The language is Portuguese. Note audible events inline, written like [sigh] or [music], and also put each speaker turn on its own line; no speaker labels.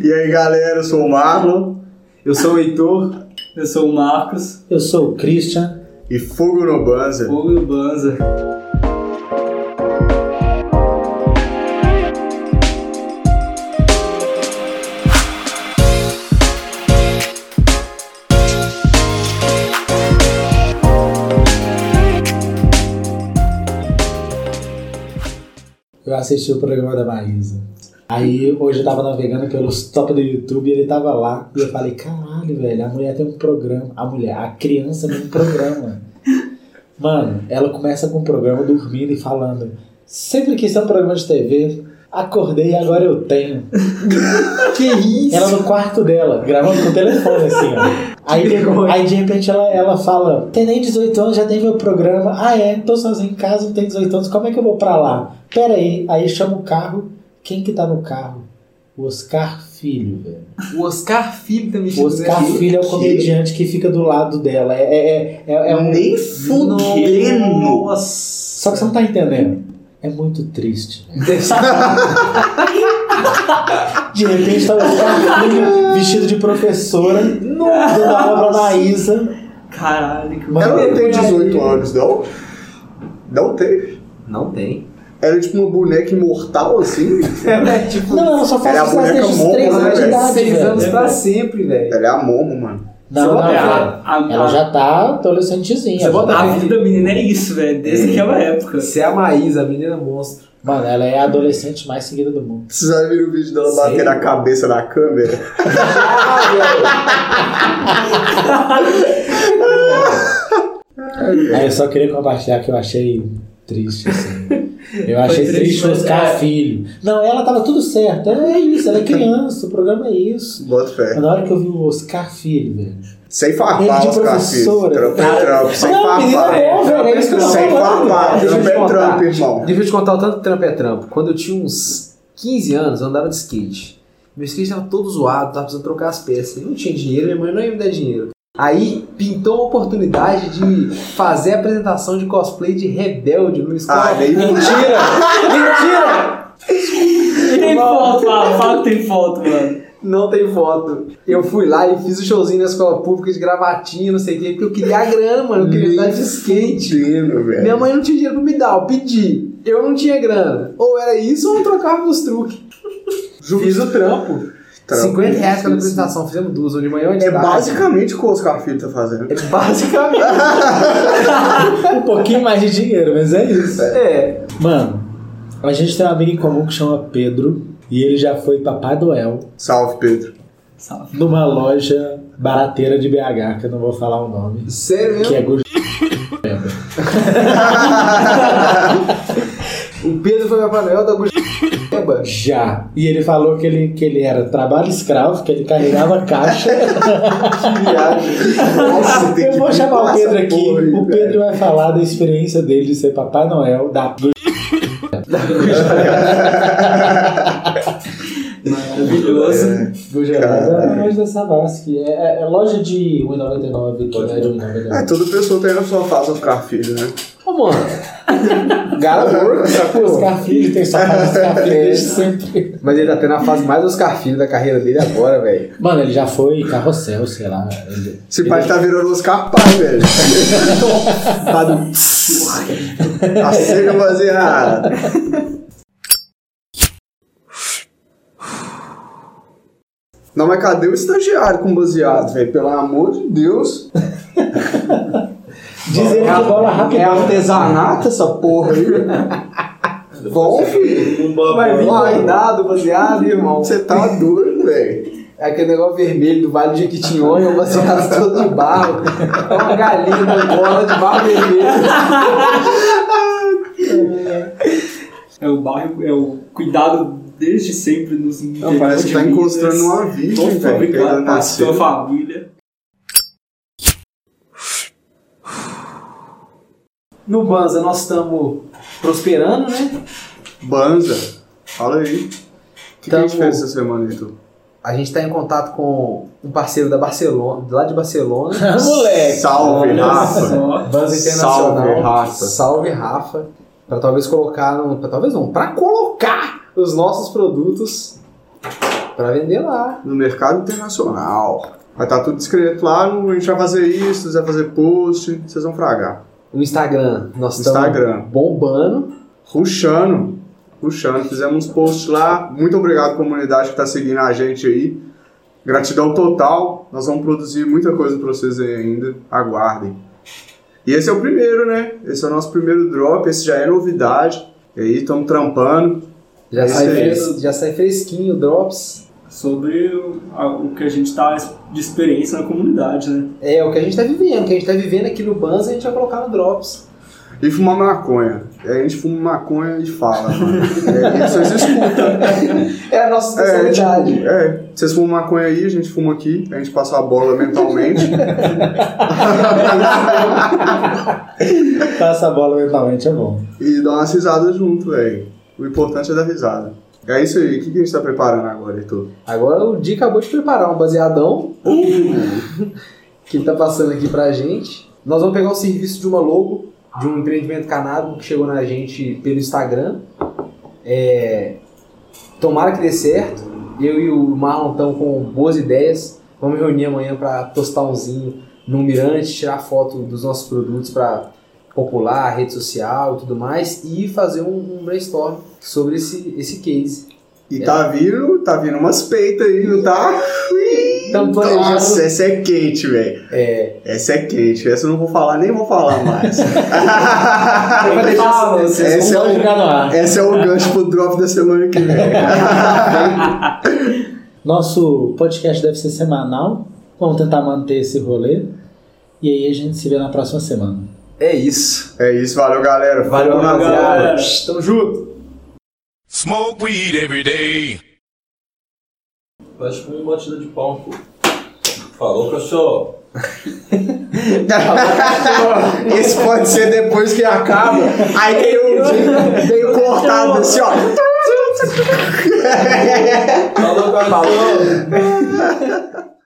E aí galera, eu sou o Marlon
Eu sou o Heitor, eu sou o Marcos,
Eu sou o Christian.
e Fogo no Banza.
ou o Banza.
Eu assisti o programa da Maísa. Aí hoje eu tava navegando pelos top do YouTube e ele tava lá. E eu falei, caralho, velho, a mulher tem um programa. A mulher, a criança tem um programa. Mano, ela começa com o programa dormindo e falando. Sempre quis ter um programa de TV, acordei e agora eu tenho.
Que isso?
Ela no quarto dela, gravando com o telefone, assim, [laughs] ó. Aí, de-
vergonha.
aí de repente ela, ela fala: Tem nem 18 anos, já tem meu programa. Ah, é? Tô sozinho em casa, não tem 18 anos, como é que eu vou pra lá? Pera aí. Aí chama o carro. Quem que tá no carro? O Oscar Filho, velho.
O Oscar Filho também
O Oscar Filho é o
quê?
comediante que fica do lado dela. É, é, é, é- é um.
Nem fudendo!
Nossa!
Só que você não tá entendendo. É muito triste. velho. De repente tá o Oscar Filho vestido de [laughs] professora, dando aula pra Maísa.
Caralho, que
Mas-
Ela não tem
Olha
18
aí.
anos, não? Não tem.
Não tem.
Ela é tipo uma boneca imortal assim.
Ela é tipo
Não, ela só faz
Era a
isso desde
boneca
os
Momo,
3
né,
anos de
velho?
idade,
seis
é velho.
anos pra sempre, velho.
Ela é a Momo, mano.
Você
Não, não,
bota
velho.
a- a-
Ela
a-
já tá adolescentezinha.
Você
velho.
bota
A vida da menina é isso, velho, desde
É.
aquela época.
Você é a Maísa, a menina monstro.
Mano, ela é a adolescente mais seguida do mundo.
Vocês já viram o vídeo dela
Sim.
batendo a cabeça na câmera?
Aí eu só queria compartilhar que eu achei triste, assim. Eu achei
triste,
triste o
mas
Oscar
é.
Filho. Não, ela tava tudo certo. É isso, ela é criança, o programa é isso.
Bota fé.
Mas Na hora que eu vi o Oscar Filho, velho.
Sem
Ele
farpar
de
os cafés.
professora.
Trampo é trampo, sem
não, menino é
farpar.
bom, velho. É isso que eu tô
Sem
falando.
farpar,
Deixa eu
trampo
te
é
contar.
trampo, irmão.
Deixa eu te contar o tanto que trampo é trampo. Quando eu tinha uns 15 anos, eu andava de skate. Meu skate tava todo zoado, tava precisando trocar as peças. Eu não tinha dinheiro, minha mãe não ia me dar dinheiro. Aí pintou uma oportunidade de fazer a apresentação de cosplay de rebelde no escola.
Ah, nem mentira!
Mentira!
Tem foto, fala, fala que tem foto, mano.
Não tem foto. Eu fui lá e fiz o showzinho na escola pública de gravatinha, não sei o quê, porque eu queria a grama, mano. Eu queria andar de skate.
Mentira, velho.
Minha mãe não tinha dinheiro pra me dar, eu pedi. Eu não tinha grana. Ou era isso ou eu trocava nos truques. Fiz o trampo.
Trampo.
50 reais pela apresentação, fizemos duas, uma de manhã e uma de
É
tarde.
basicamente o que o Oscar Filho tá fazendo.
É basicamente.
Um pouquinho mais de dinheiro, mas é isso.
[laughs] é.
Mano, a gente tem um amigo em comum que chama Pedro. E ele já foi Papai Noel.
Salve, Pedro.
Salve.
numa loja barateira de BH, que eu não vou falar o nome,
Sério mesmo?
que é Good
O Pedro foi Papai Noel da Gujeba.
Já. E ele falou que ele, que ele era trabalho escravo, que ele carregava a caixa.
[laughs] Nossa, tem
eu
que
vou
pipar
chamar o Pedro
essa
aqui.
porra aí,
o
velho.
Pedro vai falar da experiência dele de ser Papai Noel da Good
Maravilhoso.
É uma loja da Savasky. É, é- é loja de 1,99 que é de
É,
1,99.
toda pessoa tem na sua face Oscar Filho, né?
Ô, mano. [laughs] Garoto,
Pô,
sacou?
Oscar Filho tem sua
[laughs]
casa de Oscar Filho
É.
desde sempre.
Mas ele tá tendo a fase mais Oscar Filho da carreira dele agora, velho.
Mano, ele já foi carrossel, sei lá. né? Ele,
Esse
ele-
pai tá virando Oscar Pai,
[laughs]
velho. Tá Fado. Acega é baseada. Não, mas cadê o estagiário com baseado, velho? Pelo amor de Deus.
Diz ele que bola rápido.
É artesanato essa porra aí. Bom, filho.
Vai
Vai.
vir guardado, baseado, irmão.
Você tá doido, velho.
É aquele negócio vermelho do Vale de Jequitinhonha, o baseado todo de barro. É uma galinha uma bola de barro vermelho.
É o bairro, é o cuidado desde sempre nos
Não, parece que tá
né?
encostando uma virgem, velho. que ainda
velho.
nasceu.
Sua família.
No Banza, nós estamos prosperando, né?
Banza, fala aí. O que, que a gente
Tamo-
fez essa semana, Heitor?
A gente tá em contato com um parceiro da Barcelona, lá de Barcelona.
Ah, [laughs] [laughs] moleque.
Salve,
É, Olha
Rafa!
só.
Banza Internacional.
Salve, Rafa.
Salve, Rafa. Pra talvez colocar, um, pra talvez não, pra colocar os nossos produtos pra vender lá.
no mercado internacional. Vai estar tudo escrito lá, no- a gente vai fazer isso, vocês vão fazer post, vocês vão fragar.
O Instagram, nós estamos
Instagram.
bombando.
Ruxando, ruxando, fizemos uns posts lá. Muito obrigado, comunidade, que está seguindo a gente aí. Gratidão total. Nós vamos produzir muita coisa para vocês aí ainda. Aguardem. E esse é o primeiro, né? Esse é o nosso primeiro drop. Esse já é novidade. E aí, estamos trampando.
Já
Isso
sai,
aí.
fres- já sai fresquinho, drops.
Sobre o, a- o que a gente tá de experiência na comunidade, né?
É o que a gente tá vivendo. O que a gente tá vivendo aqui no Banza, a gente vai colocar no drops.
E fumar maconha. E aí a gente fuma maconha e fala. mano. é, e vocês escutam.
É a nossa
É,
especialidade.
tipo, é, vocês fumam maconha aí, a gente fuma aqui, a gente passa a bola mentalmente.
Passa a bola mentalmente, é bom.
E dá umas risadas junto, velho. O importante é dar risada. É isso aí, o que, que a gente tá preparando agora, Heitor?
Agora o Di acabou de preparar um baseadão [laughs] que ele tá passando aqui pra gente. Nós vamos pegar o serviço de uma logo, de um empreendimento canábico que chegou na gente pelo Instagram. É, Tomara que dê certo. Eu e o Marlon estão com boas ideias. Vamos reunir amanhã pra tostar umzinho no Mirante, tirar foto dos nossos produtos pra popular, rede social e tudo mais. E fazer um, um brainstorm sobre esse, esse case.
E
É.
tá vindo, tá vindo umas peitas aí, não tá? Ui,
Estamos planejando-
Nossa, essa é quente, velho.
É.
Essa é quente, essa eu não vou falar, nem vou falar
[laughs]
mais. [laughs]
Fala, vocês
Esse é
Vamos
o-
jogar no ar.
Essa é o gancho pro drop da semana que [laughs]
[laughs]
vem.
Nosso podcast deve ser semanal. Vamos tentar manter esse rolê. E aí a gente se vê na próxima semana.
É isso.
É isso, valeu, galera.
Valeu,
Falou,
rapaziada.
galera.
Tamo junto.
[laughs]
Smoke weed every day.
Faz com uma batida de pau. pô. Falou, cachorro.
Esse pode ser depois que acaba. Aí tem um [laughs] o, tem o cortado assim, ó.
Falou, cachorro.